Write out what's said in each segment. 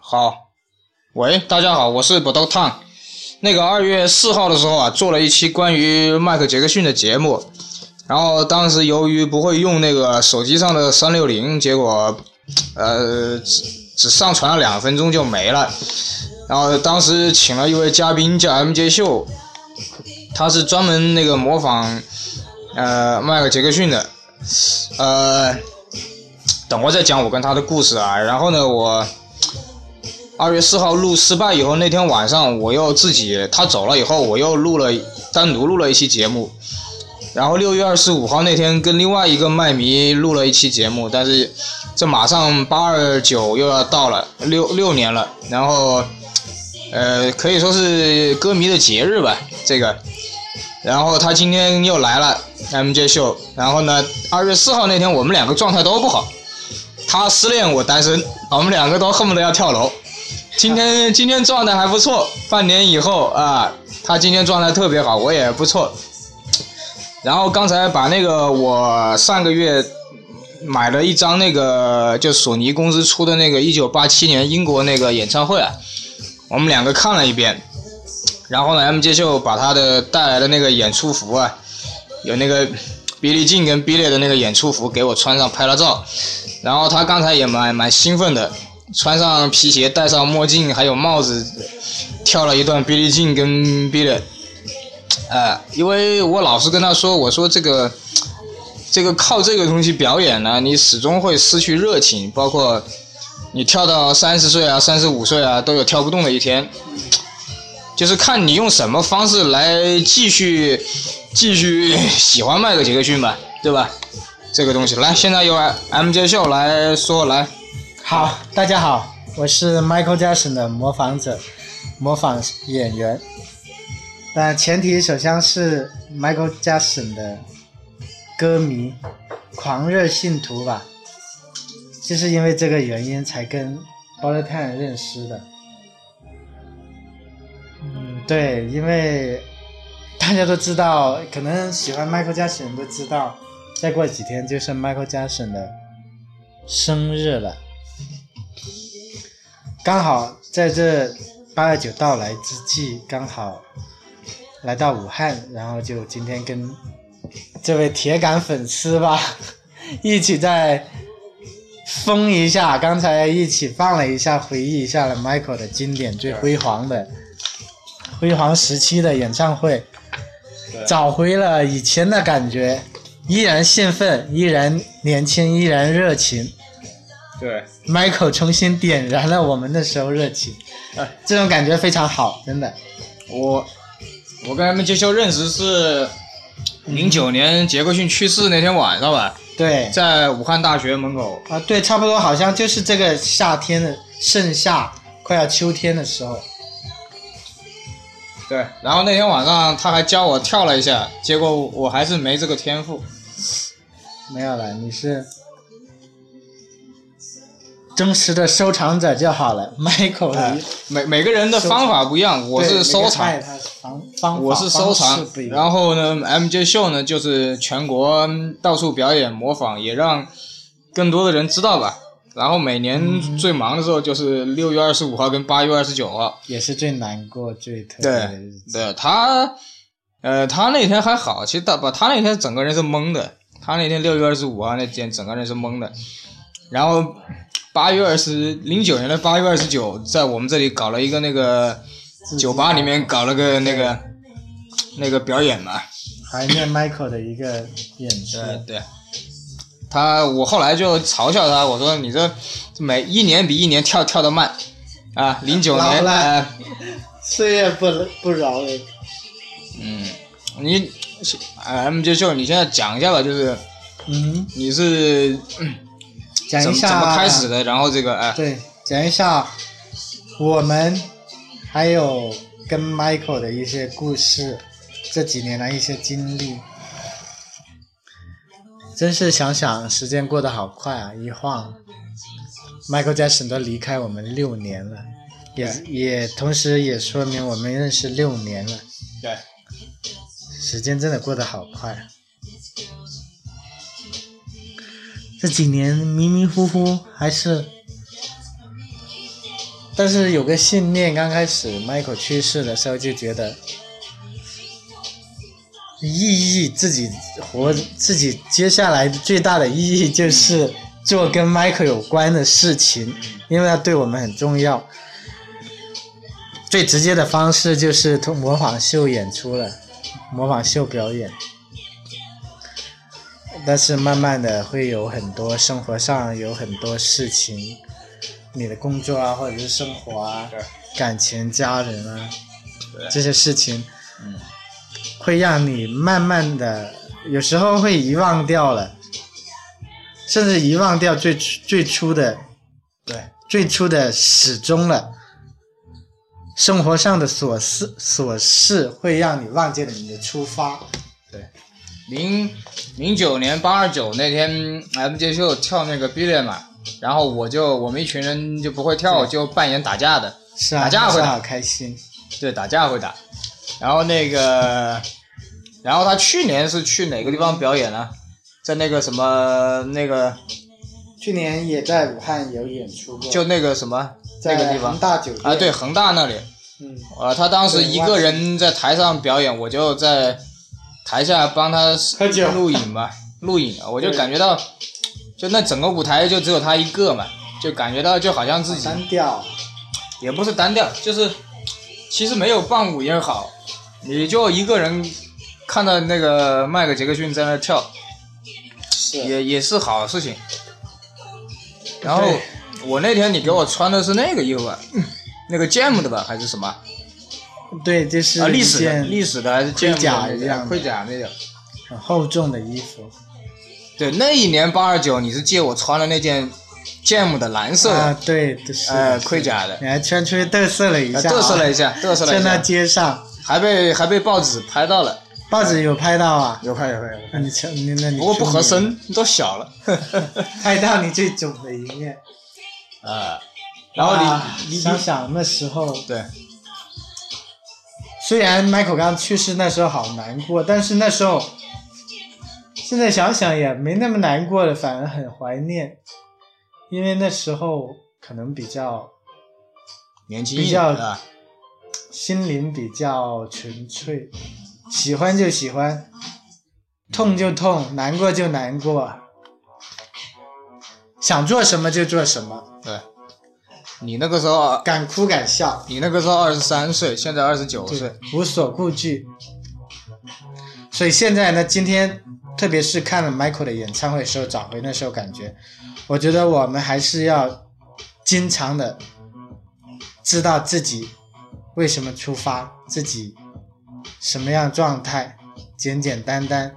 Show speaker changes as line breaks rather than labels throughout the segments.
好，喂，大家好，我是 b o d o Tang。那个二月四号的时候啊，做了一期关于迈克杰克逊的节目，然后当时由于不会用那个手机上的三六零，结果呃只只上传了两分钟就没了。然后当时请了一位嘉宾叫 MJ 秀，他是专门那个模仿呃迈克杰克逊的，呃，等会儿再讲我跟他的故事啊。然后呢，我。二月四号录失败以后，那天晚上我又自己他走了以后，我又录了单独录了一期节目，然后六月二十五号那天跟另外一个麦迷录了一期节目，但是这马上八二九又要到了六六年了，然后呃可以说是歌迷的节日吧，这个，然后他今天又来了 MJ 秀，然后呢二月四号那天我们两个状态都不好，他失恋我单身，我们两个都恨不得要跳楼。今天今天状态还不错，半年以后啊，他今天状态特别好，我也不错。然后刚才把那个我上个月买了一张那个就索尼公司出的那个一九八七年英国那个演唱会啊，我们两个看了一遍。然后呢，MJ 秀把他的带来的那个演出服啊，有那个 Billy Jean 跟 Billy 的那个演出服给我穿上拍了照。然后他刚才也蛮蛮兴奋的，穿上皮鞋，戴上墨镜，还有帽子，跳了一段 Billy Jean 跟 Billy。呃，因为我老是跟他说，我说这个，这个靠这个东西表演呢，你始终会失去热情，包括你跳到三十岁啊、三十五岁啊，都有跳不动的一天。就是看你用什么方式来继续继续喜欢迈克尔杰克逊吧，对吧？这个东西，来，现在由 MJ 秀来说来。
好，大家好，我是 Michael Jackson 的模仿者，模仿演员。但前提首先是 Michael Jackson 的歌迷，狂热信徒吧。就是因为这个原因才跟 b o l t a n 认识的。嗯，对，因为大家都知道，可能喜欢 Michael Jackson 人都知道，再过几天就是 Michael Jackson 的生日了。刚好在这八二九到来之际，刚好来到武汉，然后就今天跟这位铁杆粉丝吧， 一起在疯一下。刚才一起放了一下，回忆一下了 Michael 的经典最辉煌的辉煌时期的演唱会，找回了以前的感觉，依然兴奋，依然年轻，依然热情。
对，
Michael 重新点燃了我们那时候热情，
哎
这种感觉非常好，真的。
我我跟 MJ 秀认识是零九年杰克逊去世那天晚上吧，
对，
在武汉大学门口。
啊，对，差不多好像就是这个夏天的盛夏，快要秋天的时候。
对，然后那天晚上他还教我跳了一下，结果我还是没这个天赋。
没有了，你是忠实的收藏者就好了。Michael 的、
哎每每个人的方法不一样，我
对
是收，
每
藏
个，派他方方法
我是收
方式
藏
不一。样
然后呢，MJ 秀呢就是全国到处表演模仿，也让更多的人知道吧。然后每年最忙的时候就是六月二十五号跟八月二十九号。
也是最难过、最特别的
对
日子。
对，他呃他那天还好，其实他把他那天整个人是懵的，他那天六月二十五号那天整个人是懵的，然后八月二十零九年的八月二十九，在我们这里搞了一个那个酒吧里面搞了个那个那个表演嘛，
怀念 Michael 的一个演出。
对对。他，我后来就嘲笑他，我说你这每一年比一年跳跳得慢，啊，零九
老
年，
了
呃
岁月不不饶人。
嗯，你，M 呃 J 秀，你现在讲一下吧，就是
嗯，
你是
讲
怎
一
么
下
怎么开始的，然后这个哎，
对，讲一下我们还有跟 Michael 的一些故事，这几年来一些经历。真是想想，时间过得好快啊！一晃，Michael Jackson 都离开我们六年了，也也同时也说明我们认识六年了。
对，
时间真的过得好快啊。这几年迷迷糊糊，还是但是有个信念，刚开始 Michael 去世的时候就觉得，意义自己活自己接下来最大的意义就是做跟 Michael 有关的事情，因为他对我们很重要。最直接的方式就是通模仿秀演出了，模仿秀表演。但是慢慢的会有很多生活上有很多事情，你的工作啊，或者是生活啊
对，
感情、家人啊
对，
这些事情
嗯，
会让你慢慢的，有时候会遗忘掉了，甚至遗忘掉最初最初的
对，
最初的始终了。生活上的琐事琐事会让你忘记了你的出发，
零零九年八二九那天 MJ 秀跳那个 Billion 嘛，然后我就我们一群人就不会跳，
对
就扮演打架的，
是啊，
打架
那时
会
候
打
好开心，
对，打架会打。然后那个，然后他去年是去哪个地方表演呢？在那个什么那个
去年也在武汉有演出过，
就那个什么那个地
恒
方
大酒店
啊，对，，恒大那里。
嗯，
呃，他当时
对
一
忘
个
记
人在台上表演，我就在台下帮他
喝酒
录影嘛，录影啊，我就
对
感觉到，就那整个舞台就只有他一个嘛，就感觉到就好像自己
单调，
也不是单调，就是其实没有伴舞也好，你就一个人看到那个迈克杰克逊在那跳，
是
也也是好事情。然后
对
我那天你给我穿的是那个衣服啊， 那个 Jam 的吧，还是什么？
对，就是
啊，历
一
史的
件
历史的还是
盔
剑
甲
幕的那个
一样的
盔甲那个。
很厚重的衣服，
对，那一年八二九，你是借我穿了那件剑幕的蓝色
啊，
的，
对，就是
呃，盔，甲的
是，你还穿出去嘚瑟了一
呃
下，啊
嘚瑟了一，下，嘚瑟了
在
一
那
下，
街上，
还被还被报纸拍到了，
报纸有拍到啊，
有拍有拍有
啊你穿你那你
不过不合
出名
身，都小了。
了，拍到你最囧的一面，
啊，然后
啊
你你
想想那时候，
对
虽然 Michael 刚去世那时候好难过，但是那时候，现在想想也没那么难过了，反而很怀念，因为那时候可能比较
年轻
比
一点
较
啊，
心灵比较纯粹，喜欢就喜欢，痛就痛，难过就难过，想做什么就做什么，
对，你那个时候
敢哭敢笑，
你那个时候二十三岁，现在二十九
对
岁，，
无所顾忌。所以现在呢，今天特别是看了 Michael 的演唱会的时候，找回那时候感觉，我觉得我们还是要经常的知道自己为什么出发，自己什么样状态，简简单单。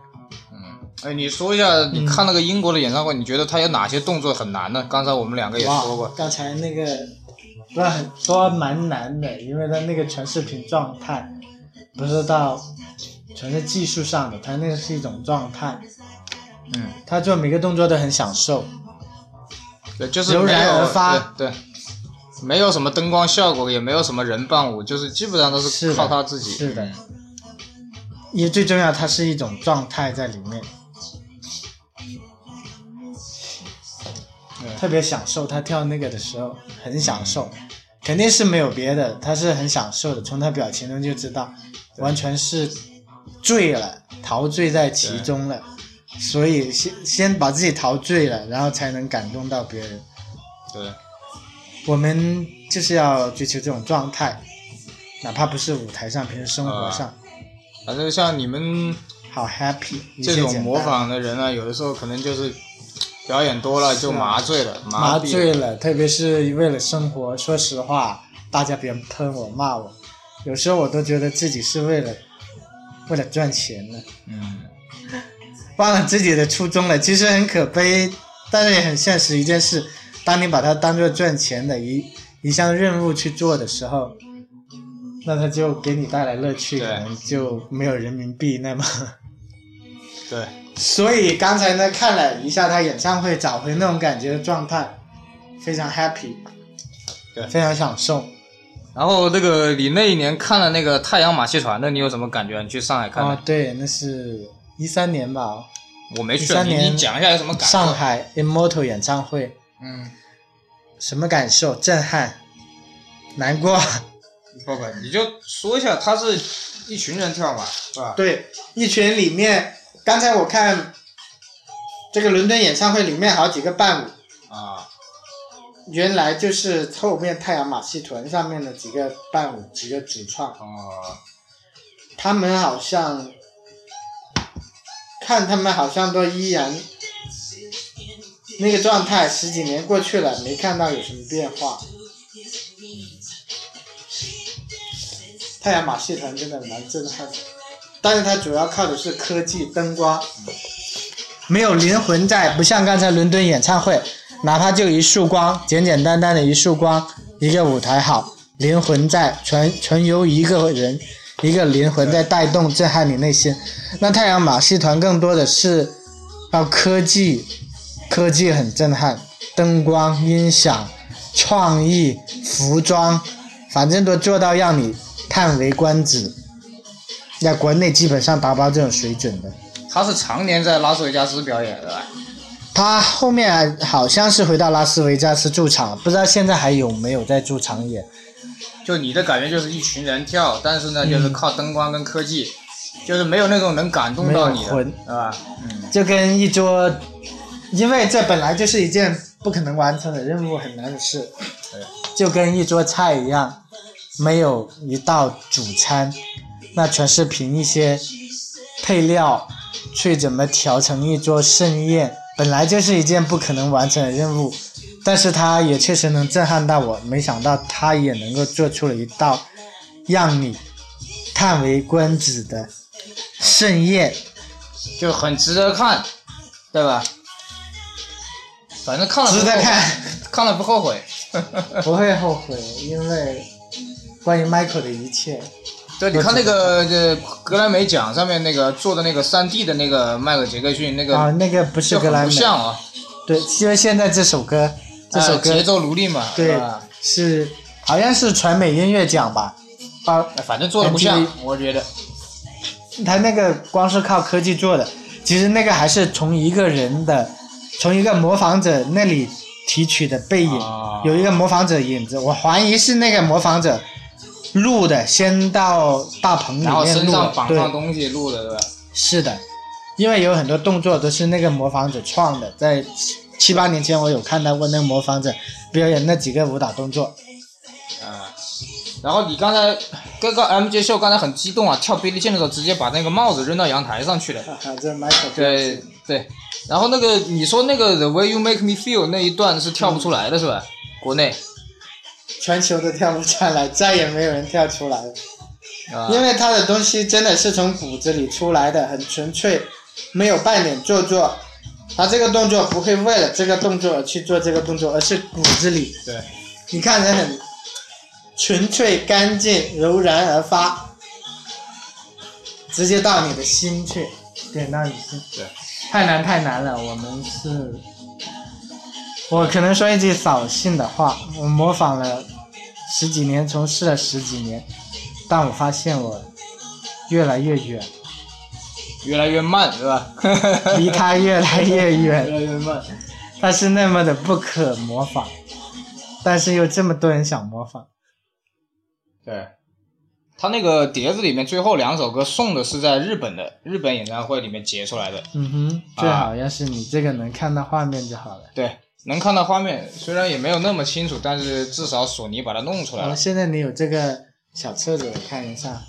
嗯，哎，你说一下，你看那个英国的演唱会，你觉得他有哪些动作很难呢？刚才我们两个也说
哇
过，，
刚才那个不是很多蛮难的，因为他那个全视频状态，不知道全是技术上的，他那是一种状态，
嗯，
他做每个动作都很享受。
对，就是
油
没
然
有
而发
对，对，没有什么灯光效果，也没有什么人伴舞，就是基本上都
是
是
的
靠他自己。
是的
嗯
因为最重要，它是一种状态在里面，
对
特别享受。他跳那个的时候很享受，
嗯
肯定是没有别的，他是很享受的，从他表情中就知道，
对
完全是醉了，陶醉在其
对
中了。所以先先把自己陶醉了，然后才能感动到别人。
对，
我们就是要追求这种状态，哪怕不是舞台上，平时生活
啊
上，
反正像你们
好 happy。
这种模仿的人啊，有的时候可能就是表演多了就麻醉了，
啊麻
痹了
醉了，特别是为了生活。说实话，大家别人喷我骂我，有时候我都觉得自己是为了为了赚钱了，
嗯，
忘了自己的初衷了。其实很可悲，但是也很现实一件事。当你把它当做赚钱的一一项任务去做的时候，那它就给你带来乐趣，可
对
能就没有人民币那么。
对，
所以刚才呢，看了一下他演唱会，找回那种感觉的状态，非常 happy，
对
非常享受。
然后那个你那一年看了那个太阳马戏团的，你有什么感觉？你去上海看的？
哦，对，那是一三年吧，
我没去，啊
13
你
年
你讲一下有什么感受？
上海 Immortal 演唱会，
嗯，
什么感受？震撼，难过。
不不，你就说一下，他是一群人跳嘛，是吧？
对，一群里面，刚才我看这个伦敦演唱会里面好几个伴舞，
啊，
原来就是后面太阳马戏团上面的几个伴舞几个主创，
哦，
他们好像看他们好像都依然那个状态，十几年过去了，没看到有什么变化。太阳马戏团真的蛮震撼的，但是它主要靠的是科技灯光，没有灵魂在，不像刚才伦敦演唱会，哪怕就一束光，简简单单的一束光，一个舞台好，灵魂在，全全由一个人一个灵魂在带动，震撼你内心。那太阳马戏团更多的是要科技，科技很震撼，灯光、音响、创意、服装，反正都做到让你叹为观止。在国内基本上达不到这种水准的。
他是常年在拉斯维加斯表演的，
他后面好像是回到拉斯维加斯驻场，不知道现在还有没有在驻场演。
就你的感觉就是一群人跳，但是呢，
嗯
就是靠灯光跟科技，就是没有那种能感动到你
没有
的，
魂
是吧？嗯，
就跟一桌，因为这本来就是一件不可能完成的任务，很难的事
对，
就跟一桌菜一样，没有一道主餐，那全是凭一些配料去怎么调成一桌盛宴，本来就是一件不可能完成的任务，但是它也确实能震撼到我，没想到它也能够做出了一道让你叹为观止的盛宴。
就很值得看，对吧？反正看了不
值
后
得看，
看了不后悔。
不会后悔，因为关于 Michael 的一切，
对，你看那个呃格莱美奖上面那个做的那个3 D 的那个迈克尔杰克逊那
啊，
个，
那个不是
就
格
很
莱
不
美，
像啊，
对，因为现在这首歌，这
呃
首
啊
歌、
节奏奴隶嘛，
对、
是吧
是好像是传媒音乐奖吧，啊，
哎反正做的不像，我觉得。
他那个光是靠科技做的，其实那个还是从一个人的，从一个模仿者那里提取的背影，
啊
有一个模仿者影子，我怀疑是那个模仿者录的，先到大棚里
然后
面
身
录
上
的，
绑
对
上。东西录的，对吧？
是的，因为有很多动作都是那个模仿者创的，在七七八年前我有看到过那个模仿者表演那几个舞蹈动作。
啊，然后你刚才哥哥 MJ 秀刚才很激动啊，跳 Billie Jean 的时候直接把那个帽子扔到阳台上去了。
哈哈，这 Michael
对对，然后那个你说那个 The Way You Make Me Feel 那一段是跳不出来的是吧？国内
全球都跳不出来，再也没有人跳出来了，
啊，
因为他的东西真的是从骨子里出来的，很纯粹，没有半点做作。他这个动作不会为了这个动作而去做这个动作，而是骨子里
对，
你看人很纯粹、干净、柔然而发，直接到你的心去，点到你心。
对，
太难太难了，我们是，我可能说一句扫兴的话，我模仿了十几年，从事了十几年，但我发现我越来越远，
越来越慢是吧？
离他越来越远
越。来越慢。
他是那么的不可模仿，但是又这么多人想模仿。
对，他那个碟子里面最后两首歌送的是在日本的日本演唱会里面截出来的，
嗯哼，
啊
最好要是你这个能看到画面就好了。
对，能看到画面，虽然也没有那么清楚，但是至少索尼把它弄出来
然后
了。
现在你有这个小册子，我看一下。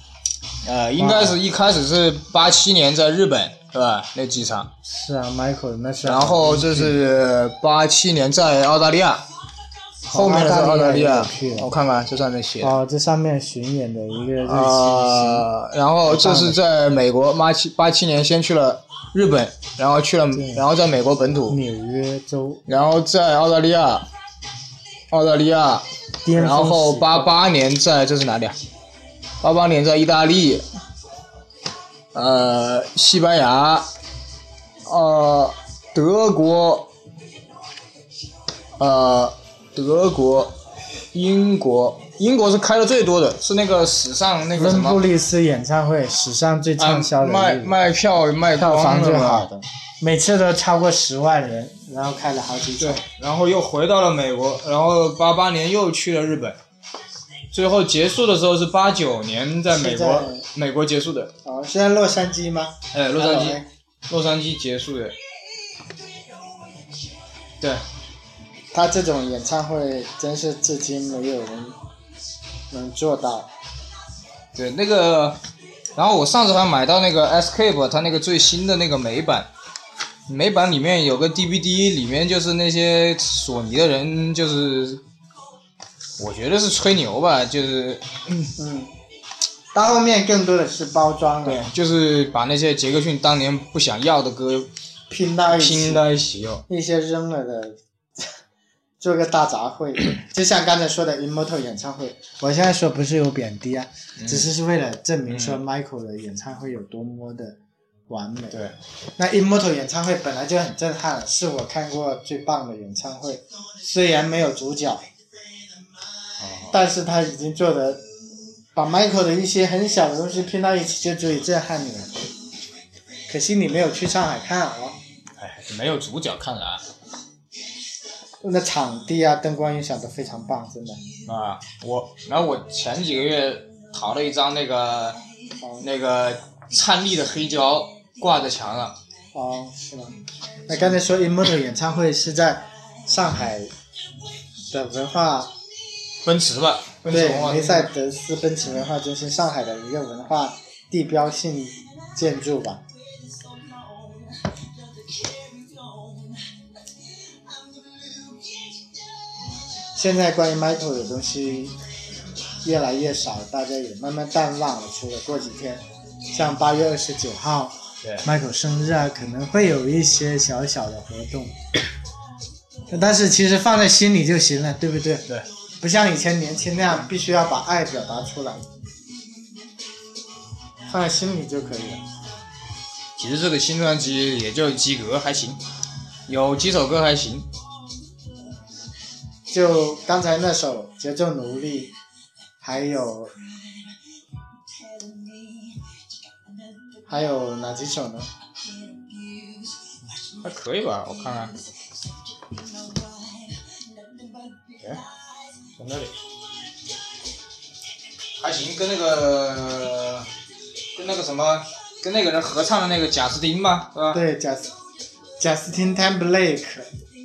呃，应该是一开始是八七年在日本是吧？那几场，
是啊，Michael 那是。
然后这是八七年在澳大利亚，后面的是澳大利亚
澳大利亚也有去，
我看看这上面写的。
哦，这上面巡演的一个日期。
啊、然后这是在美国，八七八七年先去了日本，然后去了，然后在美国本土，
纽约州
然后在澳大利亚，澳大利亚，
巅峰时刻。
然后八八年在这是哪里啊？八八年在意大利，呃，西班牙，呃，德国，呃，德国，英国，英国是开的最多的，是那个史上那个什
温
么啊
布。利斯演唱会史上最畅销的
卖
日
卖票卖
票
光
房
了
最
嘛
好的，每次都超过十万人，然后开了好几场
对。，然后又回到了美国，然后八八年又去了日本，最后结束的时候是八九年在美国
是在
美国结束的，
哦，是在洛杉矶吗？
哎，洛杉矶
Hello，
洛杉矶结束的。对，
他这种演唱会真是至今没有人能做到。
对，那个，然后我上次还买到那个 S Cape，它那个最新的那个美版，美版里面有个 DVD，里面就是那些索尼的人，就是我觉得是吹牛吧，就是
嗯，到后面更多的是包装
对
了，，
就是把那些杰克逊当年不想要的歌
拼到一
拼
起，
在一起哦。
一些扔了的， 做个大杂 烩。就像刚才说的 Immortal 演唱会，我现在说不是有贬低啊，
嗯
只是是为了证明说 Michael 的演唱会有多么的完美。
对，
那 Immortal 演唱会本来就很震撼，是我看过最棒的演唱会。虽然没有主角，但是他已经做的，把 Michael 的一些很小的东西拼到一起，就足以震撼你了。可惜你没有去上海看哦，
哎，没有主角看啊来
那场地啊、灯光音响都非常棒，真的。
啊，我然后我前几个月淘了一张那个
哦
那个灿丽的黑胶挂在墙上。
哦，是吗？那刚才说 Immortal 演唱会是在上海的文化
奔驰吧，奔驰
对
文化，
梅赛德斯奔驰文化中心，上海的一个文化地标性建筑吧。现在关于 Michael 的东西越来越少，大家也慢慢淡忘了。除了过几天，像八月二十九号
对
Michael 生日啊，可能会有一些小小的活动，但是其实放在心里就行了，对不对？
对，
不像以前年轻那样，必须要把爱表达出来，放在心里就可以了。
其实这个新专辑也就及格，还行，有几首歌还行。
就刚才那首《节奏奴隶》，还有还有哪几首呢？
还可以吧，我看看。哎，从这里，还行，跟那个，跟那个什么，跟那个人合唱的那个贾斯汀吧，是吧？
对，贾斯贾斯汀·坦布雷克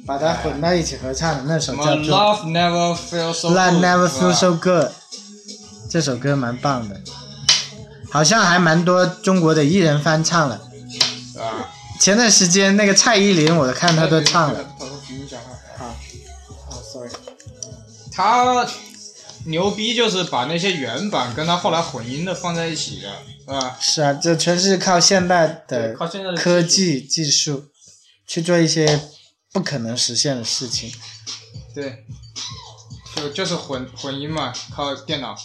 把它混到一起合唱的那首
什么
叫做
Love Never Feels So
《Love
Good，
Never
是吧
Feel So Good》，这首歌蛮棒的，好像还蛮多中国的艺人翻唱了。
啊，
前段时间那个蔡依林，我看她都唱了。
他说比你讲话
啊啊，sorry，
他牛逼就是把那些原版跟他后来混音的放在一起的，是吧？
是啊，这全是靠现代
对，
的
靠现在的
科
技
技技术去做一些不可能实现的事情。
术，对，就就是混混音嘛，靠电脑。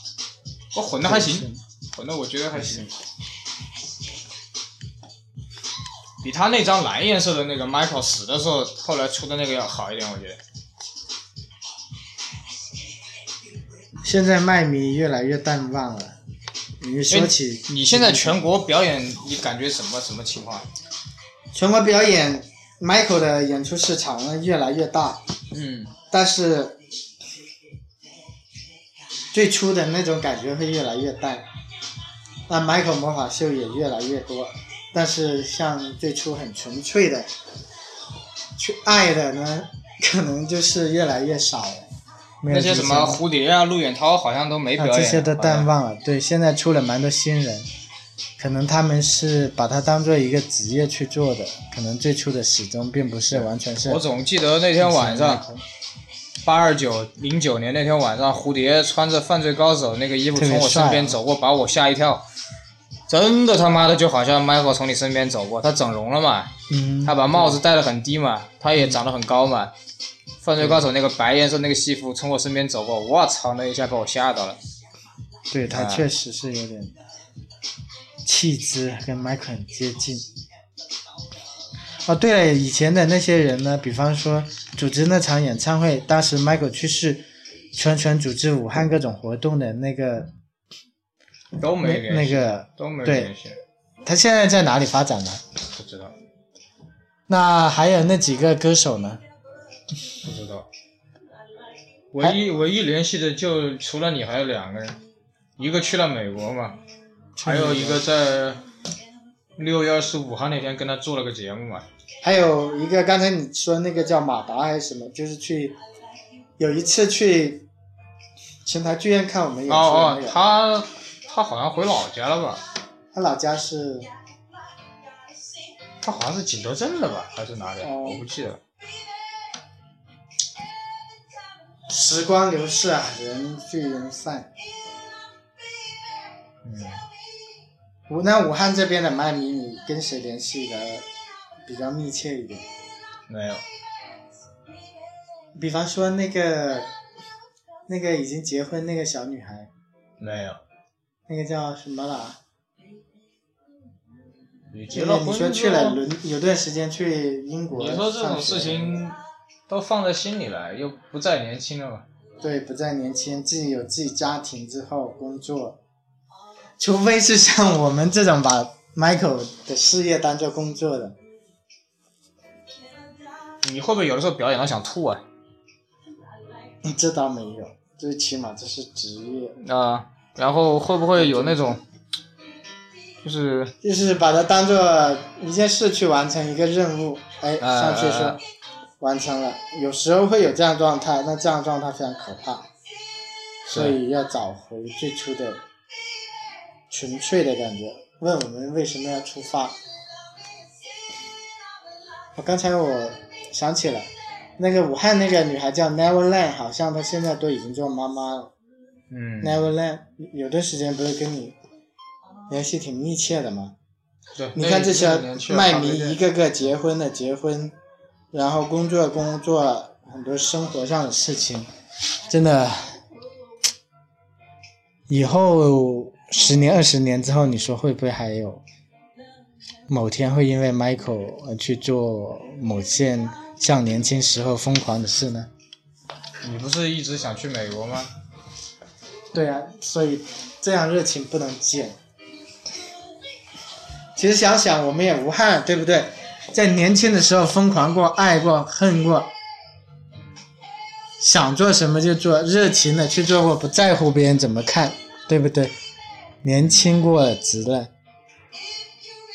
我混的还行，混的我觉得还行，比他那张蓝颜色的那个 Michael 死的时候后来出的那个要好一点，我觉得。
现在卖迷越来越淡忘了。你
哎
说起
你现在全国表演，你感觉什么什么情况？
全国表演，Michael 的演出市场呢越来越大，
嗯，
但是最初的那种感觉会越来越淡。那 Michael 魔法秀也越来越多，但是像最初很纯粹的去爱的呢，可能就是越来越少了。没有
那些什么
出
蝴蝶啊、陆远涛好像都没
现
表
啊，
演，
这些都
好像
淡忘了。对，现在出了蛮多新人，可能他们是把它当做一个职业去做的，可能最初的始终并不是完全是。
我总记得那天晚上，八二九零九年那天晚上，蝴蝶穿着《犯罪高手》那个衣服
特别
从我身边
帅啊
走过，把我吓一跳。真的他妈的就好像 Michael 从你身边走过，他整容了嘛，
嗯，
他把帽子戴得很低嘛，他也长得很高嘛。犯罪高手那个白颜色那个西服从我身边走过，我操，那一下把我吓到了。
对他
啊
确实是有点气质跟 Michael 很接近。哦，对了，以前的那些人呢，比方说组织那场演唱会，当时 Michael 去世，全权组织武汉各种活动的那个
都
那
没联系，
那个，
都没
对
联系，
他现在在哪里发展呢？
不知道，
那还有那几个歌手呢？
不知道。唯一唯一联系的就除了你还有两个人，一个去了美国嘛，还有一个在六幺四武汉那天跟他做了个节目嘛，
还有一个刚才你说那个叫马达还是什么，就是去有一次去邢台剧院看我们演出
哦哦
的那个，，
他他好像回老家了吧？
他老家是
他好像是景德镇的吧，还是哪里？
哦
我不记得了。
时光流逝啊，人聚人散。
嗯，
武那武汉这边的麦迷，你跟谁联系的比较密切一点？
没有。
比方说那个那个已经结婚那个小女孩，
没有，
那个叫什么了？
你结
因
了
为
婚
你说
之
去了
后
伦，有段时间去英国。
你说这种事，情都放在心里来，又不再年轻了嘛。
对，不再年轻，自己有自己家庭之后工作，除非是像我们这种把 Michael 的事业当做工作的，
你会不会有的时候表演到想吐啊？
这倒没有，最起码这是职业，
啊、然后会不会有那种，
嗯
就是
就是把它当做一件事去完成一个任务。哎，
呃
上去说、
呃
完成了，有时候会有这样的状态，那这样的状态非常可怕，所以要找回最初的纯粹的感觉。问我们为什么要出发？我刚才我想起了，那个武汉那个女孩叫 Neverland，好像她现在都已经做妈妈了。
嗯，
Neverland 有段时间不是跟你联系挺密切的吗？
对，
你
那
看这
那
些
年去了
卖
咖啡
迷
店
一个个结婚的结婚，然后工作的工作，很多生活上的事情，真的，以后十年二十年之后，你说会不会还有某天会因为 Michael 而去做某件像年轻时候疯狂的事呢？
你不是一直想去美国吗？
对啊，所以这样热情不能减。其实想想，我们也无憾，对不对？在年轻的时候疯狂过、爱过、恨过，想做什么就做，热情的去做过，不在乎别人怎么看，对不对？年轻过了值了。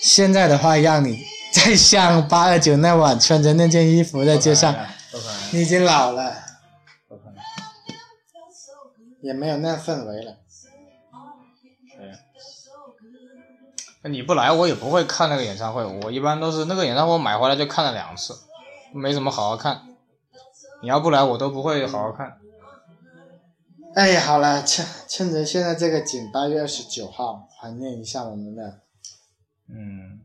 现在的话，让你再像八二九那晚穿着那件衣服在街上，
不可能，
你已经老了，
不可能，
也没有那氛围了。
对。那你不来，我也不会看那个演唱会。我一般都是那个演唱会我买回来就看了两次，没怎么好好看。你要不来，我都不会好好看。
哎呀，好了，趁趁着现在这个景，八月二十九号，怀念一下我们的
嗯，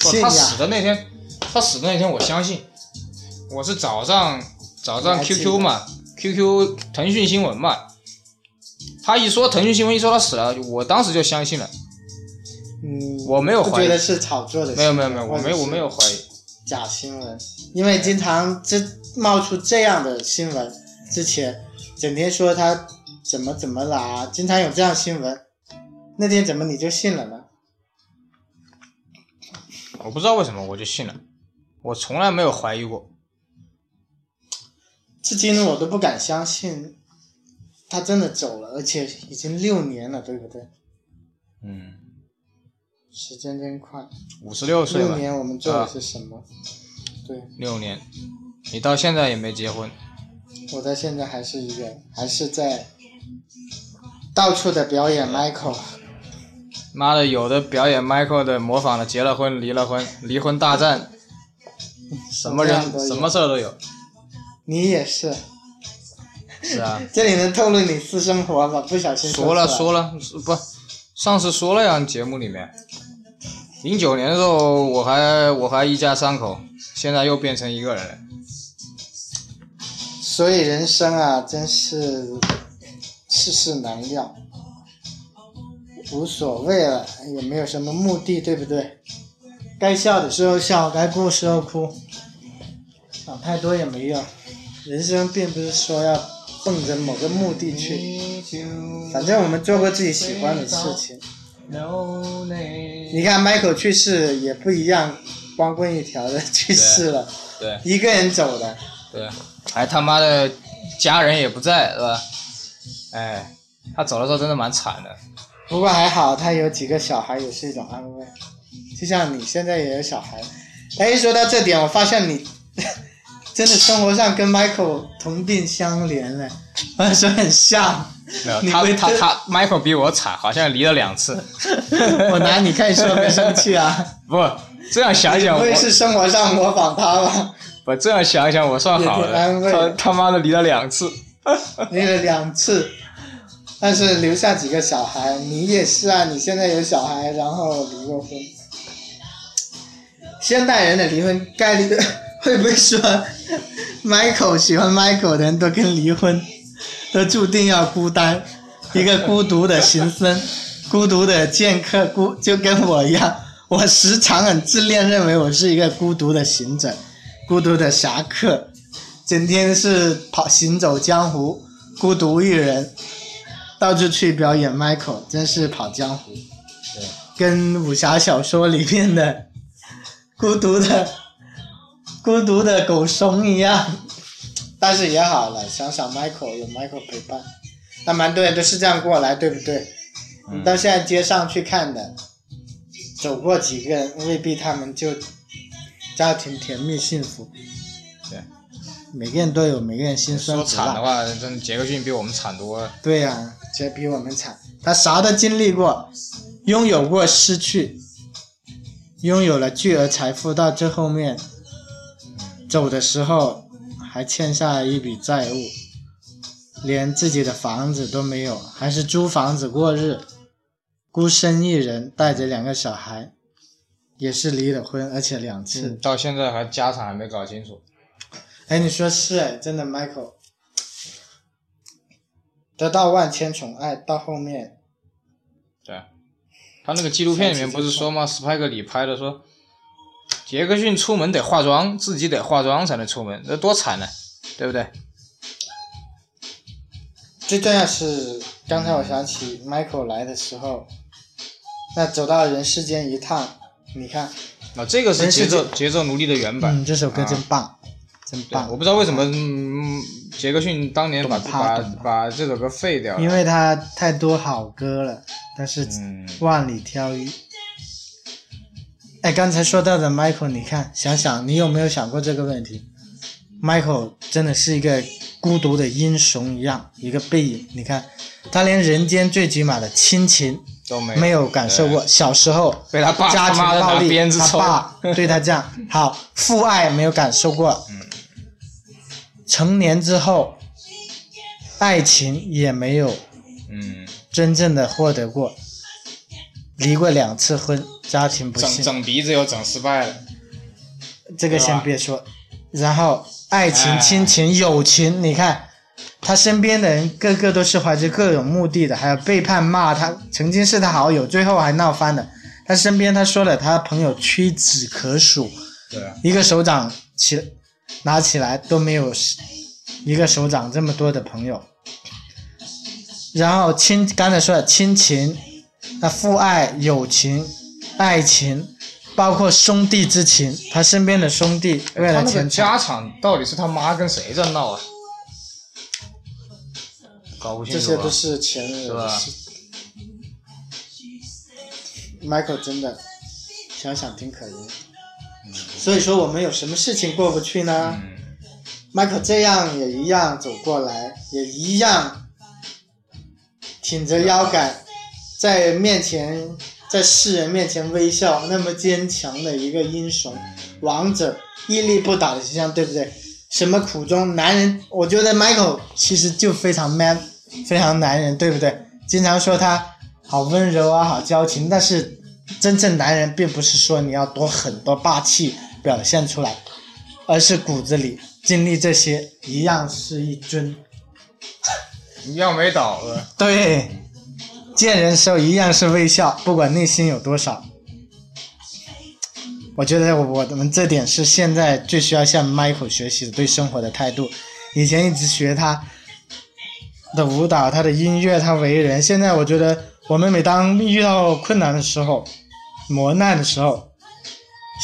不
信
哦他
仰。
死的那天，他死的那天，我相信，我是早上早上
你还记得
QQ 嘛，QQ 腾讯新闻嘛，他一说腾讯新闻一说他死了，我当时就相信了，
嗯，
我没有
不
怀
觉得
疑，
是炒作的
没
新闻，
有没有没有，我
或者
没有我
是
没有怀疑，
假新闻，因为经常这冒出这样的新闻，之前整天说他怎么怎么啦，经常有这样新闻，那天怎么你就信了呢？
我不知道为什么我就信了，我从来没有怀疑过，
至今我都不敢相信，他真的走了，而且已经六年了，对不对？
嗯，
时间真快，
五十六岁
六
了，啊
年我们做的是什么？对。
六年，你到现在也没结婚，
我到现在还是一个，还是在到处的表演 Michael，啊
妈的，有的表演 Michael 的模仿的结了婚离了婚，离婚大战，
什
什么人
都有
什么事儿都有，
你也是，
是 啊。
这里能透露你私生活吗？不小心
说了说
出来
了，不，上次说了呀，节目里面，零九年的时候我还我还一家三口，现在又变成一个人了。
所以人生啊，真是世事难料，无所谓了，也没有什么目的，对不对？该笑的时候笑，该哭的时候哭，想太多也没用，人生并不是说要奔着某个目的去。反正我们做过自己喜欢的事情。你看 Michael 去世也不一样，光棍一条的去世了，
对
一个人走的，
对，还他妈的家人也不在，是吧？
哎，
他走的时候真的蛮惨的。
不过还好他有几个小孩也是一种安慰，就像你现在也有小孩。哎，说到这点，我发现你 真的生活上跟 Michael 同病相怜了，我想说很像。
没有
你
他
会
他
对
他 Michael 比我惨，好像离了两次。
我拿你看说没生气啊？
不，这样想一想
你不
我
会是生活上模仿他吧？
不这样想一想我算好
也挺安慰
了。他他妈的离了两次，
离了两次，但是留下几个小孩。你也是啊，你现在有小孩，然后离过婚。现代人的离婚概率会不会说，Michael 喜欢 Michael 的人都跟离婚， 都注定要孤单，一个孤独的行僧，孤独的剑客，孤就跟我一样。我时常很自恋，认为我是一个孤独的行者，孤独的侠客。整天是跑行走江湖，孤独一人，到处去表演 Michael，真是跑江湖。跟武侠小说里面的孤独的孤独的狗熊一样，但是也好了，想想 Michael 有 Michael 陪伴，那蛮多人都是这样过来，对不对？你到现在街上去看的，走过几个人，未必他们就家庭甜蜜幸福。
对，
每个人都有每个人心酸
说
苦
惨的
辣。
话，真的杰克逊比我们惨多了。
对呀、这比我们惨。他啥都经历过，拥有过失去，拥有了巨额财富，到最后面走的时候还欠下一笔债务，连自己的房子都没有，还是租房子过日，孤身一人带着两个小孩，也是离了婚，而且两次。
嗯，到现在还家产还没搞清楚。
哎，你说是哎，真的，Michael 得到万千宠爱，到后面
对，他那个纪录片里面不是说吗？斯派克里拍的说，杰克逊出门得化妆，自己得化妆才能出门，这多惨呢，对不对？
最重要是，刚才我想起 Michael 来的时候，那走到人世间一趟，你看，
啊，这个是
人世
节奏
界
节奏奴隶的原版。
嗯，这首歌真棒，真
对
棒，
啊我不知道为什么、嗯、杰克逊当年把
懂
把
他懂他
把这首歌废掉
因
了。
为他太多好歌了，但是
嗯，
万里挑一。哎，刚才说到的 Michael，你看，想想你有没有想过这个问题？Michael 真的是一个孤独的英雄一样，一个背影。你看，他连人间最起码的亲情
都没
没有感受过。小时候
哎被他爸
家
他
庭
妈的
暴
拿
力，
鞭子
他
抽。
爸对他这样好，父爱没有感受过。
嗯
成年之后，爱情也没有
嗯，
真正的获得过，离过两次婚，家庭不
整
幸，
整鼻子又整失败了。
这
对
个先
吧
别说。然后爱情、
哎
亲情、友情，你看他身边的人个个都是怀着各种目的的，还有背叛骂他，曾经是他好友，最后还闹翻的。他身边他说了，他朋友屈指可数，
对啊，
一个手掌起拿起来都没有十一个手掌这么多的朋友。然后亲，刚才说了亲情，那父爱、友情、爱情，包括兄弟之情，他身边的兄弟为
哎他
了
那个
钱财，
家产到底是他妈跟谁在闹啊？搞不清
这
楚
些
啊。
都是前人
是
的
吧
事。Michael 真的想想挺可怜，所以说我们有什么事情过不去呢？
嗯，
Michael 这样也一样走过来，也一样挺着腰杆，在面前，在世人面前微笑，那么坚强的一个英雄、王者，屹立不倒的形象，对不对？什么苦衷，男人，我觉得 Michael 其实就非常 man，非常男人，对不对？经常说他好温柔啊，好矫情，但是真正男人并不是说你要多狠、多霸气表现出来，而是骨子里经历这些一样是一尊。
要没倒啊了。
对，见人时候一样是微笑，不管内心有多少。我觉得我我们这点是现在最需要向 Michael 学习的对生活的态度。以前一直学他的舞蹈、他的音乐、他为人，现在我觉得我们每当遇到困难的时候、磨难的时候，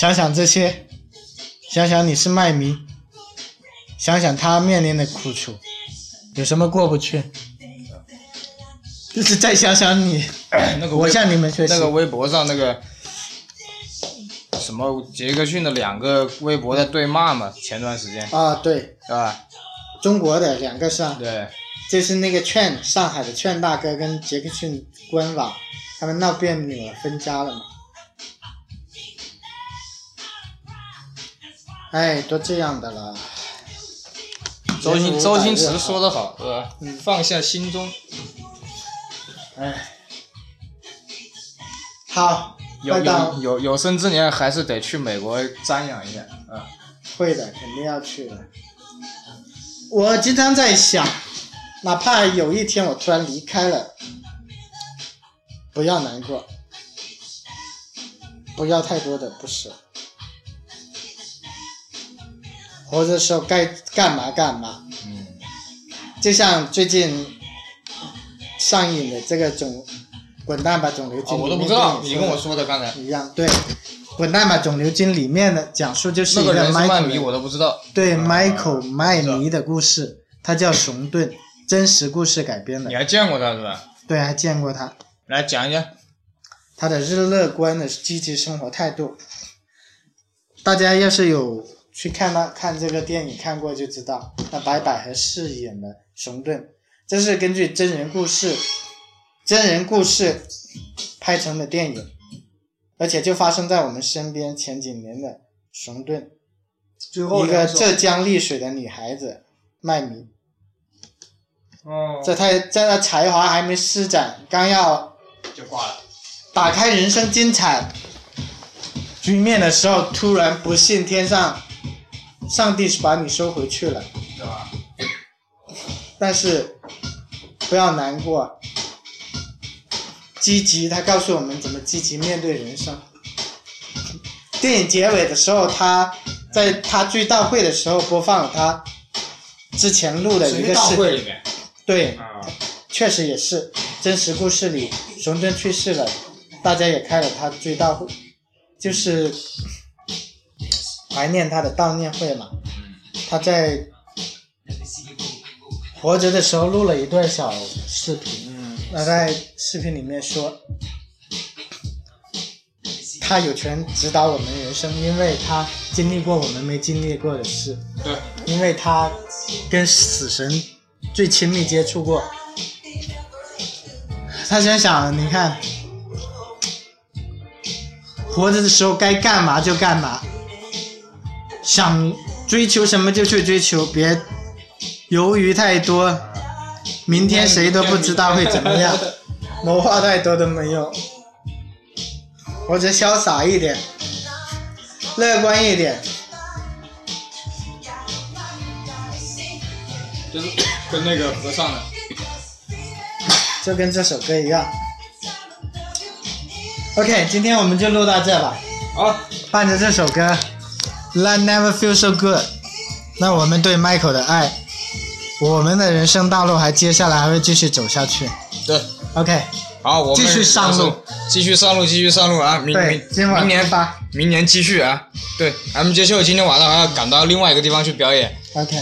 想想这些，想想你是麦迷，想想他面临的苦楚，有什么过不去？就是再想想你，
那个
我
微
向你们学习。
那个微博上那个什么杰克逊的两个微博在对骂嘛，前段时间
啊，对
是吧？
中国的两个上，
对，
这是那个劝上海的劝大哥跟杰克逊官网，他们闹别扭了，分家了嘛。哎，都这样的了。
周
也
星
是
周
500
星
日
驰
好
说的好，是吧？
嗯
放下心中
哎，好，
有
拜
有
到
有有生之年还是得去美国瞻仰一下啊！
会的，肯定要去的。我经常在想，哪怕有一天我突然离开了，不要难过，不要太多的不舍。活着的时候该干嘛干嘛，
嗯，
就像最近上映的这个总“滚蛋吧肿瘤
啊，
君”，
我都不知道，
里
你
面
跟我
说
说的刚才
的一样，对，《滚蛋吧肿瘤君》里面的讲述就是
那
一
个人是
Michael
漫
的
迷，我都不知道。
对
啊
Michael 麦
知道
尼的故事，他叫熊顿，真实故事改编的
你。还见过他是吧？
对，还见过他，
来讲一下，
他的日乐观的积极生活态度。大家要是有去看到看这个电影看过就知道，那白百合饰演的熊顿，这是根据真人故事，真人故事拍成的电影，而且就发生在我们身边前几年的熊顿。
最
一个浙江丽水的女孩子麦迷，
哦
在她在她才华还没施展，刚要
就挂了。
打开人生精彩局面的时候，突然不幸天上上帝是把你收回去了。
是吧？
但是不要难过，积极，他告诉我们怎么积极面对人生。电影结尾的时候，他在他追悼会的时候播放了他之前录的一个视频，
里面
对，
啊，
确实也是真实故事里熊真去世了，大家也开了他追悼会，就是怀念他的悼念会嘛。他在活着的时候录了一段小视频，
嗯，
那在视频里面说，他有权指导我们人生，因为他经历过我们没经历过的事，
对，
因为他跟死神最亲密接触过。他想想，你看，活着的时候该干嘛就干嘛，想追求什么就去追求，别犹豫太多，明天谁都不知道会怎么 样，谋划太多都没用。活着潇洒一点，乐观一点，
就是 跟那个和尚的，
就跟这首歌一样。OK，今天我们就录到这吧，
好，
伴着这首歌《Let Never Feel So Good》，那我们对 Michael 的爱，我们的人生道路还接下来还会继续走下去。
对，
OK，
好，我们
继续上路，
继续上路，继续上路啊！明
对
明，
今晚
明年
发。
明年继续啊！对，M J 秀今天晚上还要赶到另外一个地方去表演，
OK，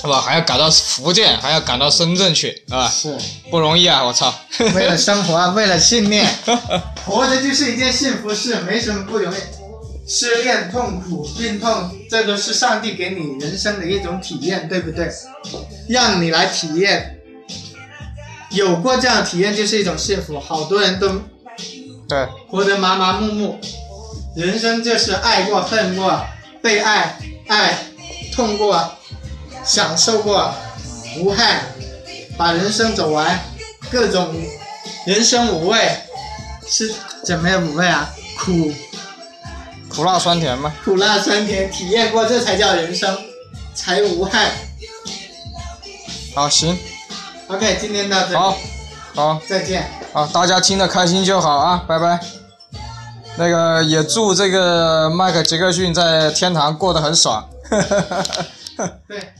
是吧？还要赶到福建，还要赶到深圳去，啊，
是
不容易啊！我操！
为了生活，为了信念，活着就是一件幸福事，没什么不容易。失恋、痛苦、病痛，这都是上帝给你人生的一种体验，对不对？让你来体验，有过这样的体验就是一种幸福。好多人都
对，
活得麻麻木木，人生就是爱过、恨过、被爱、爱、痛过、享受过、无憾，把人生走完，各种人生五味是怎么样五味啊？苦、
苦辣酸甜嘛，
苦辣酸甜，体验过这才叫人生，才无憾。
好行，
OK，今天到这里，
好，好。
再见。
啊，大家听得开心就好啊，拜拜。那个也祝 这个迈克杰克逊在天堂过得很爽。
对。